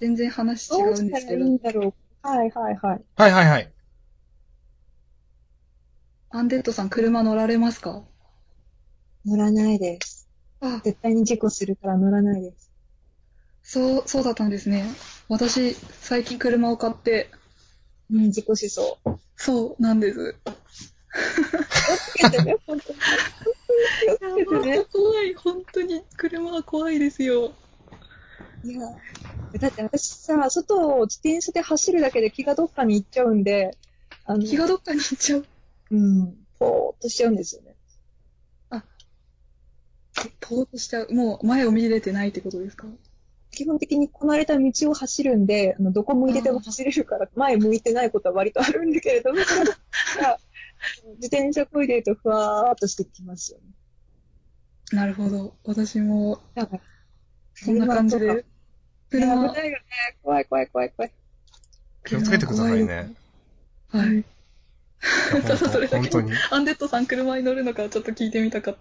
全然話違どううんしでたすらけいどい、んだろう。はいはいはい。はいはいはい。アンデッドさん車乗られますか乗らないです。あ、絶対に事故するから乗らないです。そう、そうだったんですね。私、最近車を買って、うん、事故しそう。そうなんです。気をつけてね、本当に。気をつけてね。怖い、本当に車は怖いですよ。いや、だって私さ、外を自転車で走るだけで気がどっかに行っちゃうんで、あの、気がどっかに行っちゃう。うん、ぽーっとしちゃうんですよね。ぼーっとしちゃう。もう前を見れてないってことですか基本的にこなれた道を走るんで、あのどこ向いてても走れるから、前向いてないことは割とあるんだけれども、 それが自転車こいでるとふわーっとしてきますよね。なるほど。私も、だから、そんな感じ車でとか。いや車危、ないよね。怖い怖い怖い怖い。気をつけてくださいね。はい。いやただそれだ本当け本当に。 アンデッドさん車に乗るのかちょっと聞いてみたかった。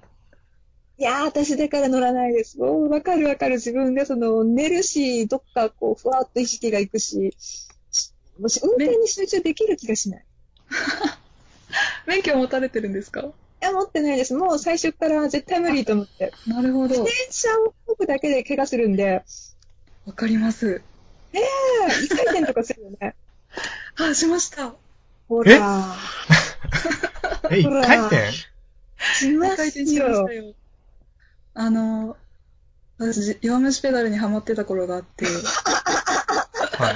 いやー、私だから乗らないです。おーわかるわかる。自分がその、寝るし、どっかこう、ふわっと意識がいくし、もし運転に集中できる気がしない。免許持たれてるんですかいや、持ってないです。もう最初から絶対無理と思って。なるほど。電車をこくだけで怪我するんで、わかります。一回転とかするよね。あ、しました。ほら、え、一回転しま一回す転しましよた。よ。あの、私、弱虫ペダルにはまってた頃があ って、はい。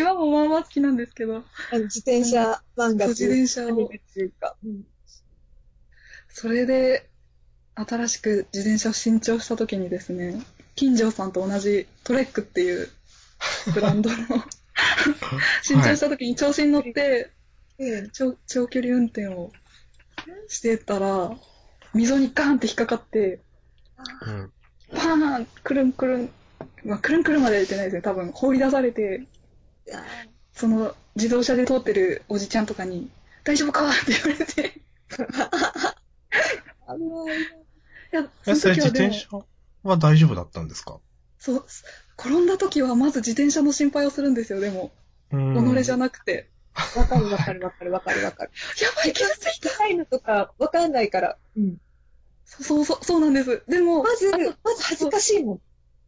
今もまあまあ好きなんですけど、あの自転車漫画そうっ自ていう転車アニをメ、っていうか。うんそれで、新しく自転車を新調した時にですね、金城さんと同じトレックっていうブラン ドの新調した時に調子に乗って、ええ長長距離運転をしてたら、溝にガーンって引っかかって、 うん。パーン、くるんくるん、まあ、くるんくるんまでは言ってないですね、多分放り出されて、あその自動車で通ってるおじちゃんとかに、大丈夫かって言われて、いー危ないな。や、え、そそのれ時自はで転も、車は大丈夫だったんですかそう、転んだ時はまず自転車の心配をするんですよ、でも、うん。己じゃなくて、わかるわかるわかるわかるわかる。やばい、気がついた痛いのとかわかんないから。うんそうそう、そうなんです。でも、まずあと、まず恥ずかしいもん。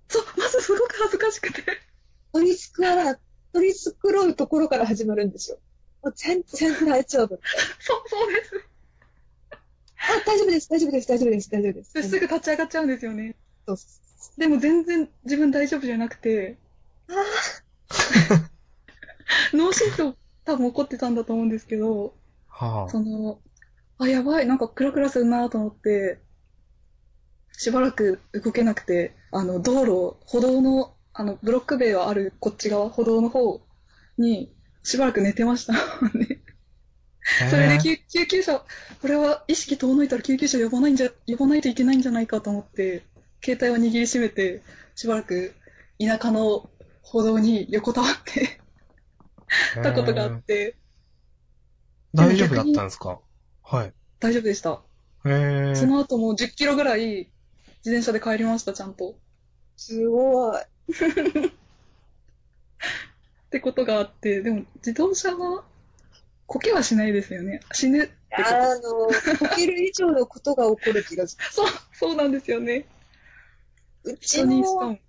そう、まずすごく恥ずかしくて、 取り繕ら、取り繕うところから始まるんですよ。もう全然大丈夫。そう、そうです。あ、大丈夫です、大丈夫です、大丈夫です、大丈夫です。ですぐ立ち上がっちゃうんですよね。そうでも全然自分大丈夫じゃなくて、あ 脳震盪多分起こってたんだと思うんですけど、はあその、あ、やばい、なんかクラクラするなと思って、しばらく動けなくて、あの、道路、歩道の、あの、ブロック塀はあるこっち側、歩道の方に、しばらく寝てましたもんね。へ え。それで救救急車、これは意識遠のいたら救急車呼ばないんじゃ、呼ばないといけないんじゃないかと思って、携帯を握りしめて、しばらく田舎の歩道に横たわってへえたことがあって、大丈夫だったんですかはい。大丈夫でした。へえ。その後も10キロぐらい自転車で帰りました、ちゃんと。っすごい。てことがあって、でも自動車は、こけはしないですよね。死ぬってあこと。の、こける以上のことが起こる気がすそう、そうなんですよね。る。うちソニーストーの、ン。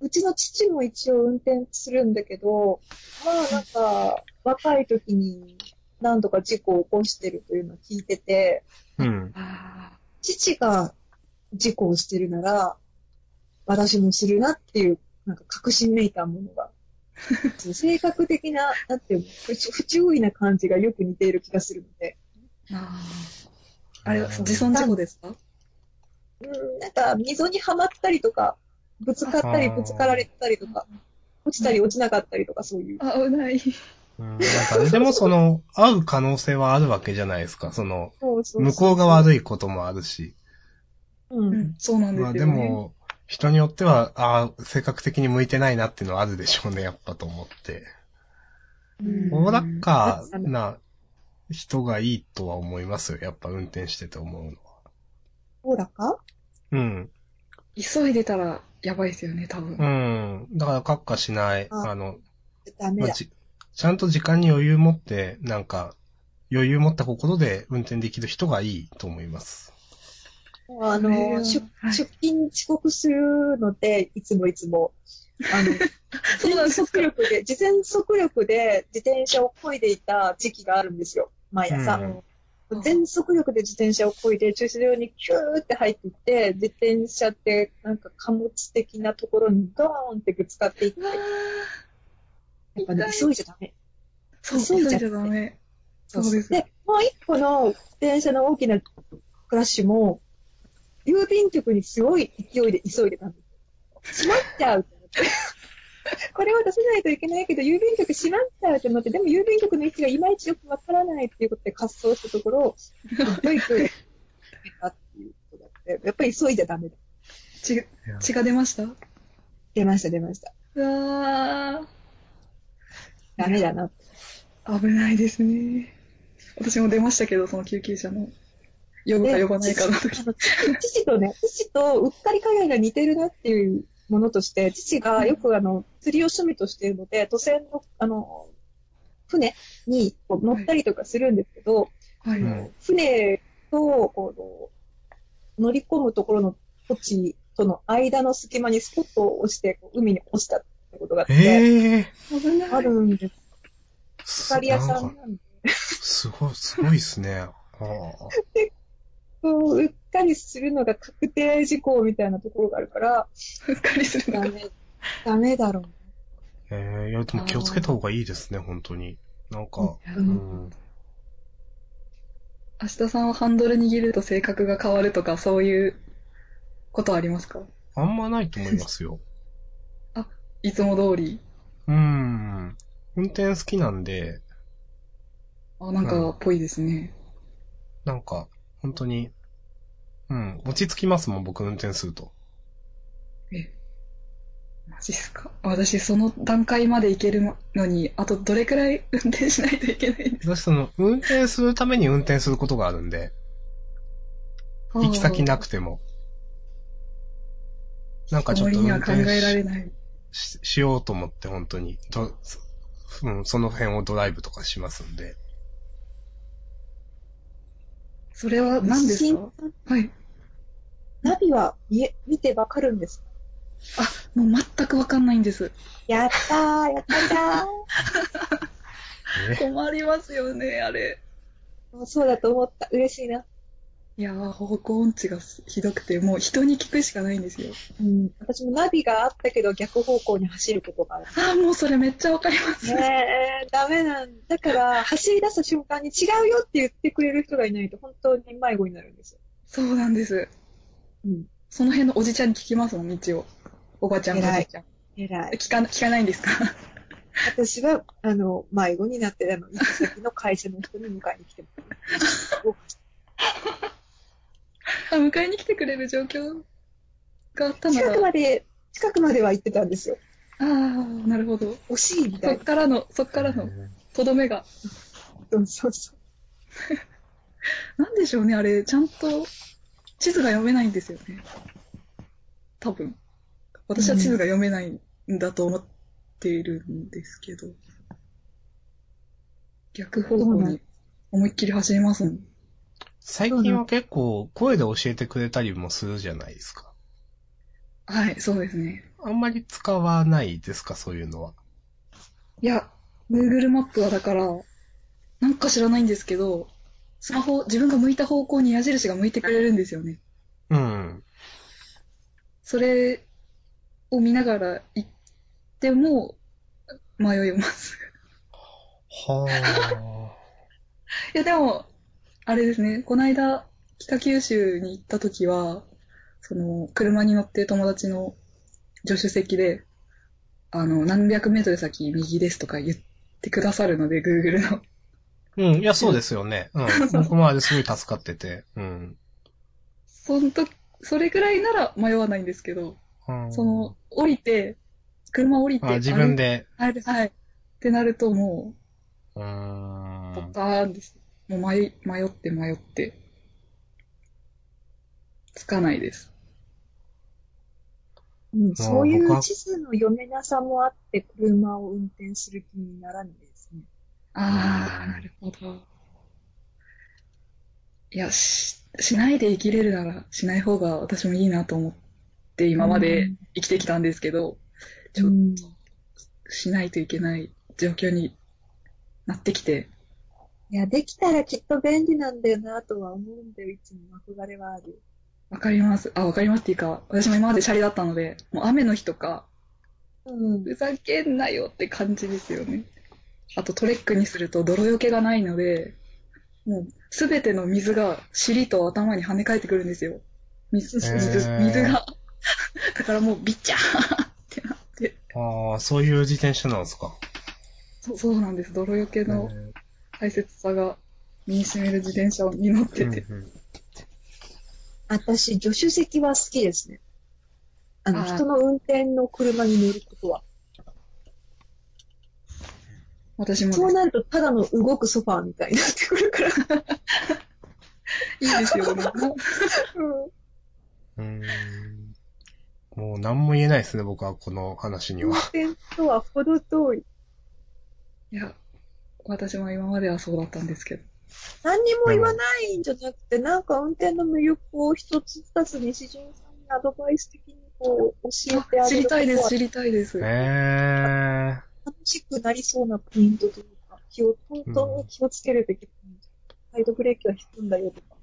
うちの父も一応運転するんだけど、まあなんか、若い時に何度か事故を起こしてるというのを聞いてて、うん。あ父が事故をしてるなら、私もするなっていう、なんか確信めいたものが。性格的な、なんていうの不不注意な感じがよく似ている気がするので、ーあー。あれは自損事故ですかうん、なんか溝にはまったりとか、ぶつかったりあーぶつかられたりとか、落ちたり落ちなかったりとかそういう。あ、危ない。うん。なんか、でもその、会う可能性はあるわけじゃないですか。その、そうそうそう向こうが悪いこともあるし。う。うんん、そうなんでまあすでよね。も、人によっては、ああ、性格的に向いてないなっていうのはあるでしょうね、やっぱと思って。うんうんおおらかな人がいいとは思いますよ、やっぱ運転してて思うのは。おおらかうん。急いでたらやばいですよね、多分。うん。だから、カッカしない。ああの、ダメまあ、だ。じちゃんと時間に余裕持って、なんか、余裕持った心で運転できる人がいいと思います。もうあそれはの、出はい出勤遅刻するので、いつもいつも、あの、そうなんですか速力で、事前速力で自転車を漕いでいた時期があるんですよ、毎朝。うんうん全速力で自転車を漕いで、駐車場にキューって入っていって、自転車ってなんか貨物的なところにドーンってぶつかっていって、うわーやっぱね、痛い急いじゃダメ。そう、急急いいじゃじゃダメ。そうですで、もう一個の自転車の大きなクラッシュも、郵便局にすごい勢いで急いでたんです。閉まっちゃうと思って。 これを出せないといけないけど、郵便局閉まっちゃうと思って、でも郵便局の位置がいまいちよくわからないっていうことで滑走したとこ ろ、すごい勢いでたっていうことだって、やっぱり急いじゃダメだ。血、血が出ましたう出ました、出ました。わダメだな。ー危ないですね。私も出ましたけど、その救急車の、呼ぶか呼ばないかの時。あの父父とね、父とうっかり加減が似てるなっていうものとして、父がよくあの、釣りを趣味としているので、渡船の、あの、船にこう乗ったりとかするんですけど、はい。うん船と、こう、乗り込むところの土地との間の隙間にスポットを押して、こう海に落ちたってことがあって、ええ危ない。あるんです。す光屋さなんかなんで。すごい、すごいですね。はあそううっかりするのが確定事項みたいなところがあるから、うっかりするダのが。メ、ダメだろう。ええいや、でも気をつけた方がいいですね、本当に。なんか、ううんん。明日さんはハンドル握ると性格が変わるとか、そういうことありますかあんまないと思いますよ。いつも通り。うん。運転好きなんで、あ、なんうか、んっぽいですね。なんか、本当に、うん、落ち着きますもん、僕運転すると。マジっすか。私、その段階まで行けるのに、あとどれくらい運転しないといけないんだ私、その、運転するために運転することがあるんで、 行き先なくても。なんかちょっと思い運には考転えらしれない。ししようと思って、本当に。どそうん、その辺をドライブとかします んで。それは何ですかはい。ナビは見え、見てわかるんですかもう全くわかんないんです。やったー、やったー。ね困りますよね、あれ。もうそうだと思った。嬉しいな。いやー、方向音痴がひどくて、もう人に聞くしかないんですよ。うん。私もナビがあったけど逆方向に走ることがある。あー、もうそれめっちゃわかります。ねえ、ダメなんだから、走り出した瞬間に違うよって言ってくれる人がいないと本当に迷子になるんですよ。そうなんです。うん。その辺のおじちゃんに聞きますもん、道を。おばちゃん、お偉いじちゃん。偉えい。聞か聞かないんですか 私は、あの、迷子になって、あの、行き先の会社の人に迎えに来てもらう。あ迎えに来てくれる状況があったな近らく。まで、近くまでは行ってたんですよ。あー、なるほど。惜しいみたそいっな。からの、そっからの、とどめが。そうそうそう。なんでしょうね、あれ、ちゃんと地図が読めないんですよね。多分。私は地図が読めないんだと思っているんですけど。逆方そう向なんに思いっきり走りますもん。最近は結構、声で教えてくれたりもするじゃないですか。はい、そうですね。あんまり使わないですか、そういうのは。いや、Google マップはだから、なんか知らないんですけど、スマホ、自分が向いた方向に矢印が向いてくれるんですよね。うん。それを見ながら行っても迷います。 はあ。いや、でも、あれですね、この間、北九州に行った時は、その、車に乗って友達の助手席で、あの、何百メートル先右ですとか言ってくださるので、Google の。うん、いや、そうですよね。うん。 僕もあれすごい助かってて。うん。その時、それぐらいなら迷わないんですけど、うんその、降りて、車降りて、あ自分で。あれ。あれはい。ってなるともうーう、ポん。カーンです。もう迷い、迷って迷って、つかないです。うん、そういう地図の読めなさもあって、車を運転する気にならんですね。ああ、なるほど。いや、し、しないで生きれるなら、しない方が私もいいなと思って今まで生きてきたんですけど、ちょっうんとしないといけない状況になってきて、いや、できたらきっと便利なんだよなとは思うんだよ、いつも憧れはある。わかります。あ、わかりますっていうか、私も今までシャリだったので、もう雨の日とか、うん。ふざけんなよって感じですよね。あとトレックにすると泥除けがないので、もうすべての水が尻と頭に跳ね返ってくるんですよ。水、へー水、水が。だからもうビチャーってなって。ああ、そういう自転車なんですか。そうそうなんです。泥除けえの大切さが身に染める自転車をに乗ってて。うんうん私、助手席は好きですね。あの、あー人の運転の車に乗ることは。私もそうねなると、ただの動くソファーみたいになってくるから。いいですよね。もうんうーんもう何も言えないですね、僕はこの話に 運は。転とはほど遠い。ういや、私も今まではそうだったんですけど。何にも言わないんじゃなくて、なんか運転の魅力を一つ二つ西陣さんにアドバイス的にこう教えてあ知りげることたはいです、知りたいです。え楽しくなりそうなポイントというか、気を、本当に気をつけるべきポイント。サイドブレーキは引くんだよとか。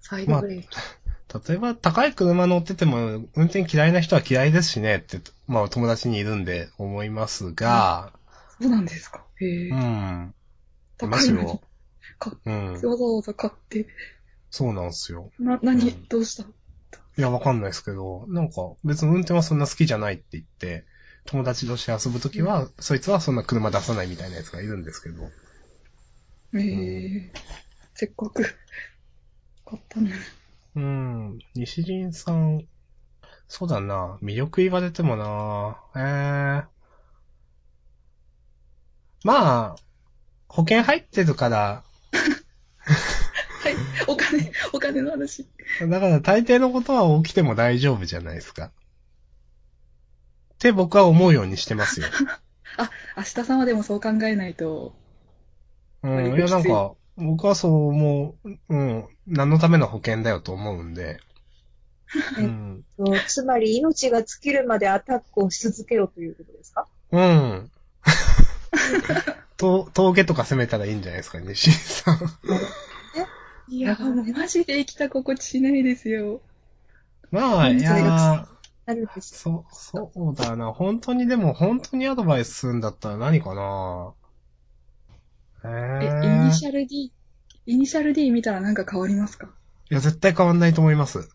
サイドブレーキ。ー、例えば高い車乗ってても運転嫌いな人は嫌いですしねって、まあ友達にいるんで思いますが、そうなんですか。へえう。ん。高いむしろか、うん。わざわざ買って、そうなんですよ。な、何、うんどうしたいや、わかんないですけど、なんか別に運転はそんな好きじゃないって言って、友達同士で遊ぶときは、そいつはそんな車出さないみたいなやつがいるんですけど。ええせっかく買ったのに。うん。西陣さん、そうだな。魅力言われてもな。ええまあ、保険入ってるから、はい、お金、お金の話。だから大抵のことは起きても大丈夫じゃないですか。って僕は思うようにしてますよ。明日様でもそう考えないと、うん。いや、なんか、僕はそう思う。うん。何のための保険だよと思うんで。うん。そうつまり命が尽きるまでアタックをし続けろということですかうん。 と、峠とか攻めたらいいんじゃないですか、西陣さん。いいや、もうマジで生きた心地しないですよ。まあ、い大学やー、なるんです。そ、そうだな。本当にでも、本当にアドバイスするんだったら何かなええ、イえニシャル D、イニシャル D 見たらなんか変わりますかいや、絶対変わんないと思います。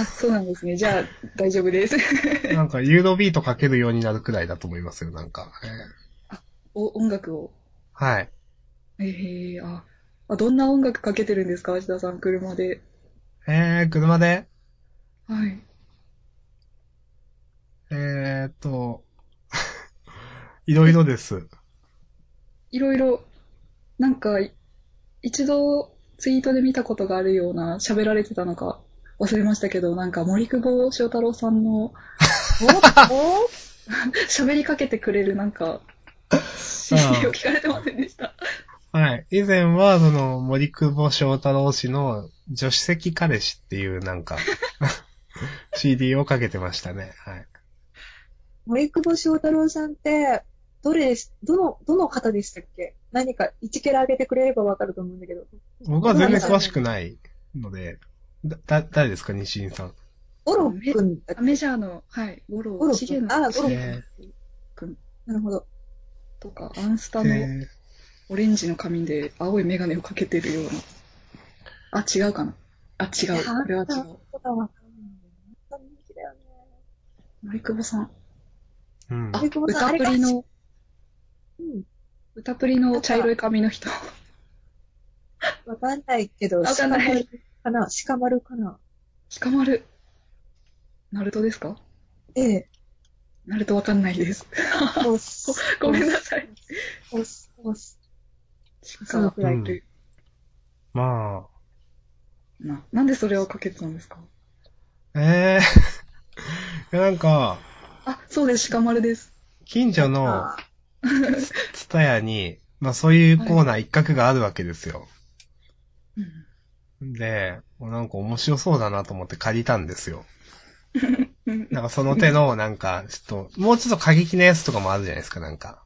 あ、そうなんですね。じゃあ、大丈夫です。 なんか、ユーロビートかけるようになるくらいだと思いますよ、なんか。えーお、音楽を。はい。ええあ、あ、どんな音楽かけてるんですか明日さん、車で。えー、車で、はい。えーっと、いろいろです。いろいろ、なんか、い一度ツイートで見たことがあるような、喋られてたのか忘れましたけど、なんか森久保祥太郎さんのおお喋りかけてくれるなんか、CD を 聞かれてませんでした。はい。以前は、その、森久保祥太郎氏の助手席彼氏っていう、なん か、CD をかけてましたね。はい。森久保祥太郎さんって、どれです、どの、どの方でしたっけ何か1キャラ上げてくれればわかると思うんだけど。僕は全然詳しくないので、だ、だ、誰ですか、西陣さん。オロくんだっあメジャーの、はい、ゴロゴロー、シゲのあゴロシゲけなるほど。とか、アンスタえのーオレンジの髪で青いメガネをかけてるような。あ、違うかな。あ、違う。これは違う。そうだわ。本当に人気だよね。森久保さん。うん。あ、森久保さん歌プリあれの、うん。歌プリの茶色い髪の人。わかんないけど、わかんない鹿丸かな鹿丸かな捕まる。ナルトですかええ。ナルトわかんないです。おっす ごめんなさい。おっすおっす捕まる。まな、なんでそれをかけてたんですかあ、えや なんか、あ、そうです、鹿丸です。近所のあツタヤに、まあそういうコーナー一角があるわけですよ。うんで、なんか面白そうだなと思って借りたんですよ。うんなんかその手の、なんか、ちょっと、もうちょっと過激なやつとかもあるじゃないですか、なんか。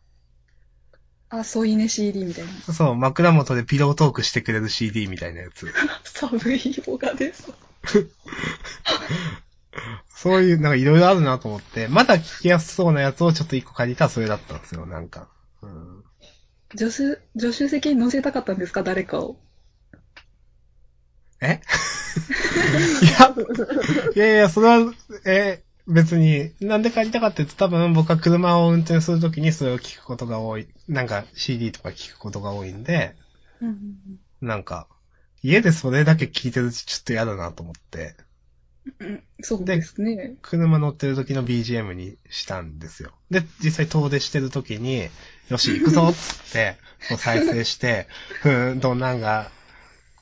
あ、そういね CD みたいな。そう、枕元でピロートークしてくれる CD みたいなやつ。 寒いヨガです。そういう、なんかいろいろあるなと思って、まだ聞きやすそうなやつをちょっと一個借りたらそれだったんですよ、なんか。うん、助手、助手席に乗せたかったんですか誰かを。えいや、いやいや、それは、え、別に、なんで借りたかって言うと多分僕は車を運転するときにそれを聞くことが多い、なんか CD とか聞くことが多いんで、うん。なんか、家でそれだけ聞いてるとちょっと嫌だなと思って、そうですね。車乗ってる時の BGM にしたんですよ。で、実際遠出してる時に、よし、行くぞっつって、こう再生して、ふーん、どんなんが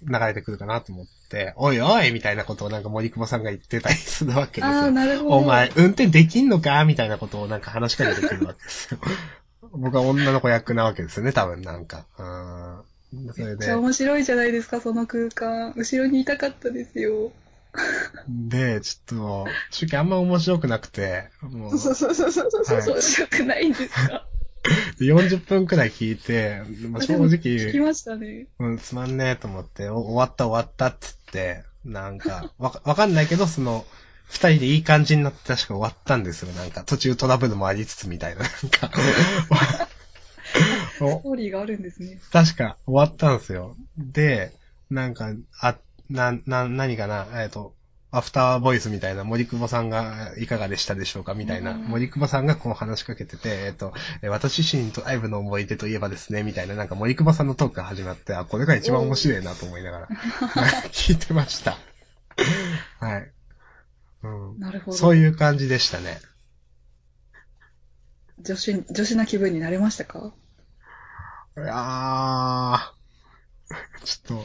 流れてくるかなと思って、おいおいみたいなことをなんか森久保さんが言ってたりするわけですああ、よ。なるほど。お前、運転できんのかみたいなことをなんか話しかけてくるわけですよ。僕は女の子役なわけですよね、多分なんか。うーん。それめっでちゃ。面白いじゃないですか、その空間。後ろにいたかったです よ。で、ちょっと、正直あんま面白くなくて、もうー、そうそうそうそうそう。はいそうしたくないんですか。 40分くらい聞いて、まあ、あ正でも聞き直、ましたね。うん、つまんねえと思って、お終わった終わったっつって、なんか、わかわかんないけど、その、二人でいい感じになって確か終わったんですよ。なんか、途中トラブルもありつつみたいな、なん か。ストーリーがあるんですね。確か終わったんですよ。で、なんか、あ、な、な、何かな、えっ、と、アフターボイスみたいな、森久保さんがいかがでしたでしょうかみたいな、うん森久保さんがこう話しかけてて、えっ、と、えー私自身とライブの思い出といえばですね、みたいな、なんか森久保さんのトークが始まって、あ、これが一番面白いなと思いながら、 聞いてました。はい。うん。なるほど。そういう感じでしたね。女子、女子な気分になれましたかいやー、ち ょっと、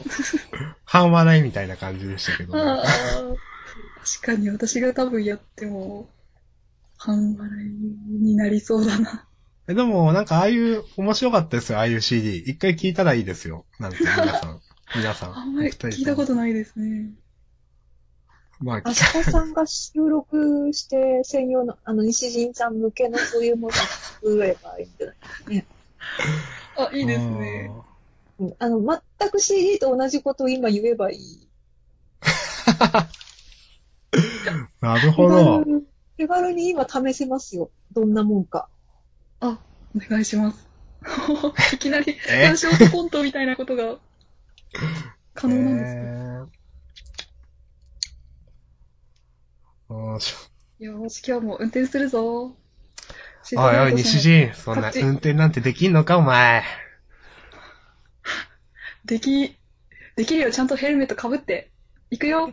半笑いみたいな感じでしたけど、ああ。確かに私が多分やっても、半笑いになりそうだな。えでも、なんかああいう、面白かったですよ、ああいう CD。一回聞いたらいいですよ。なんか皆 さん。皆さん。あんまりお二人聞いたことないですね。まあ、あ聞そこさんが収録して専用の、あの、西陣さん向けのそういうものを作ればいいんじゃないあ、いいですね。うんあの、全く CD と同じことを今言えばいい。うん。なる手ほど。軽手軽に今試せますよ。どんなもんか。あ、お願いし ます。いきなり、えラジオとコントみたいなことが、可能なんですね。えーうんしいや、私今日もう運転するぞ。静おいかお、ない音しな西陣、そんこなっち運転なんてできんのか、お前。でき、できるよ、ちゃんとヘルメットかぶって。行くよ。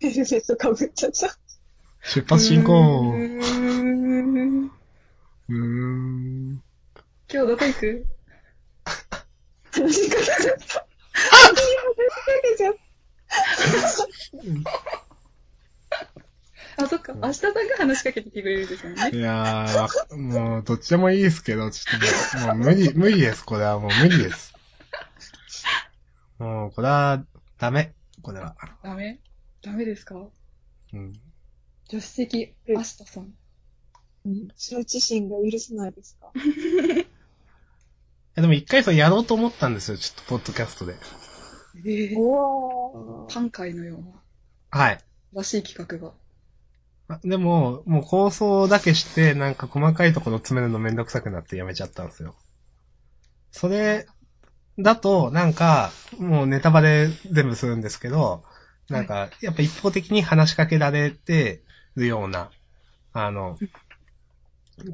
ヘルメットかぶっちゃった。出発進行。ううーんーん。今日どこ行く話しかけちゃった。話しかけちゃっあ、そっか。明日さんが話しかけてきてくれるんですよねい。やー、もう、どっちでもいいですけど、ちょっともう、もう無理、無理です、これは。もう無理です。もう、これは、ダメ。これは。ダメダメですかうん。助手席、うん明日さん。た。羞恥心が許せないですか。えでも一回それやろうと思ったんですよ、ちょっと、ポッドキャストで。ええ おー。パン会のような、はい。らしい企画が。あでも、もう構想だけして、なんか細かいところ詰めるのめんどくさくなってやめちゃったんですよ。それ、だと、なんか、もうネタバレ全部するんですけど、なんか、やっぱ一方的に話しかけられてるような、あの、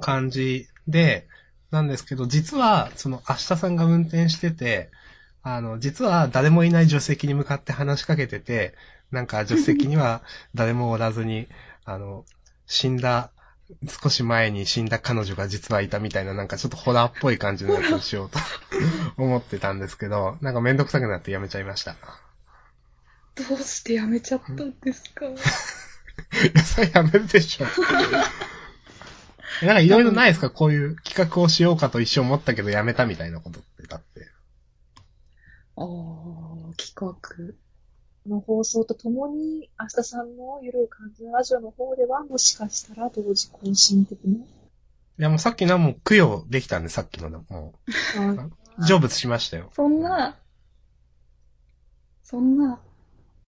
感じで、なんですけど、実は、その、明日さんが運転してて、あの、実は誰もいない助手席に向かって話しかけてて、なんか助手席には誰もおらずに、あの、死んだ、少し前に死んだ彼女が実はいたみたいな、なんかちょっとホラーっぽい感じのやつにしようと 思ってたんですけど、なんかめんどくさくなってやめちゃいました。どうしてやめちゃったんですか野菜やめるでしょ。えなんかいろいろないですかこういう企画をしようかと一瞬思ったけどやめたみたいなことって、だって。ああ、企画。この放送とともに、明日さんのゆるい感じのラジオの方では、もしかしたら同時更新的な。いやもうさっきのはもう供養できたんで、さっきのでもあう、成仏しましたよ。そんな、そんな、